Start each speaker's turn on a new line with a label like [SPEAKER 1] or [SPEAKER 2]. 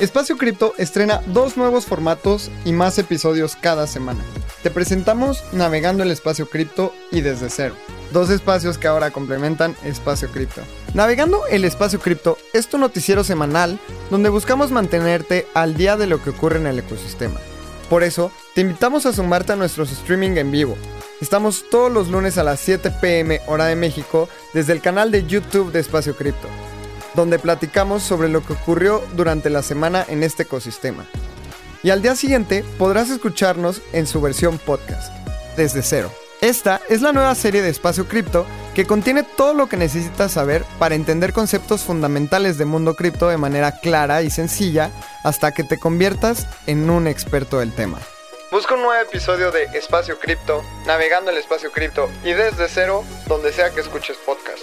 [SPEAKER 1] Espacio Cripto estrena dos nuevos formatos y más episodios cada semana. Te presentamos Navegando el Espacio Cripto y Desde Cero, dos espacios que ahora complementan Espacio Cripto. Navegando el Espacio Cripto es tu noticiero semanal donde buscamos mantenerte al día de lo que ocurre en el ecosistema. Por eso, te invitamos a sumarte a nuestros streaming en vivo. Estamos todos los lunes a las 7 pm hora de México desde el canal de YouTube de Espacio Cripto, donde platicamos sobre lo que ocurrió durante la semana en este ecosistema. Y al día siguiente podrás escucharnos en su versión podcast, desde cero. Esta es la nueva serie de Espacio Cripto que contiene todo lo que necesitas saber para entender conceptos fundamentales de mundo cripto de manera clara y sencilla hasta que te conviertas en un experto del tema. Busca un nuevo episodio de Espacio Cripto, navegando el espacio cripto y desde cero, donde sea que escuches podcast.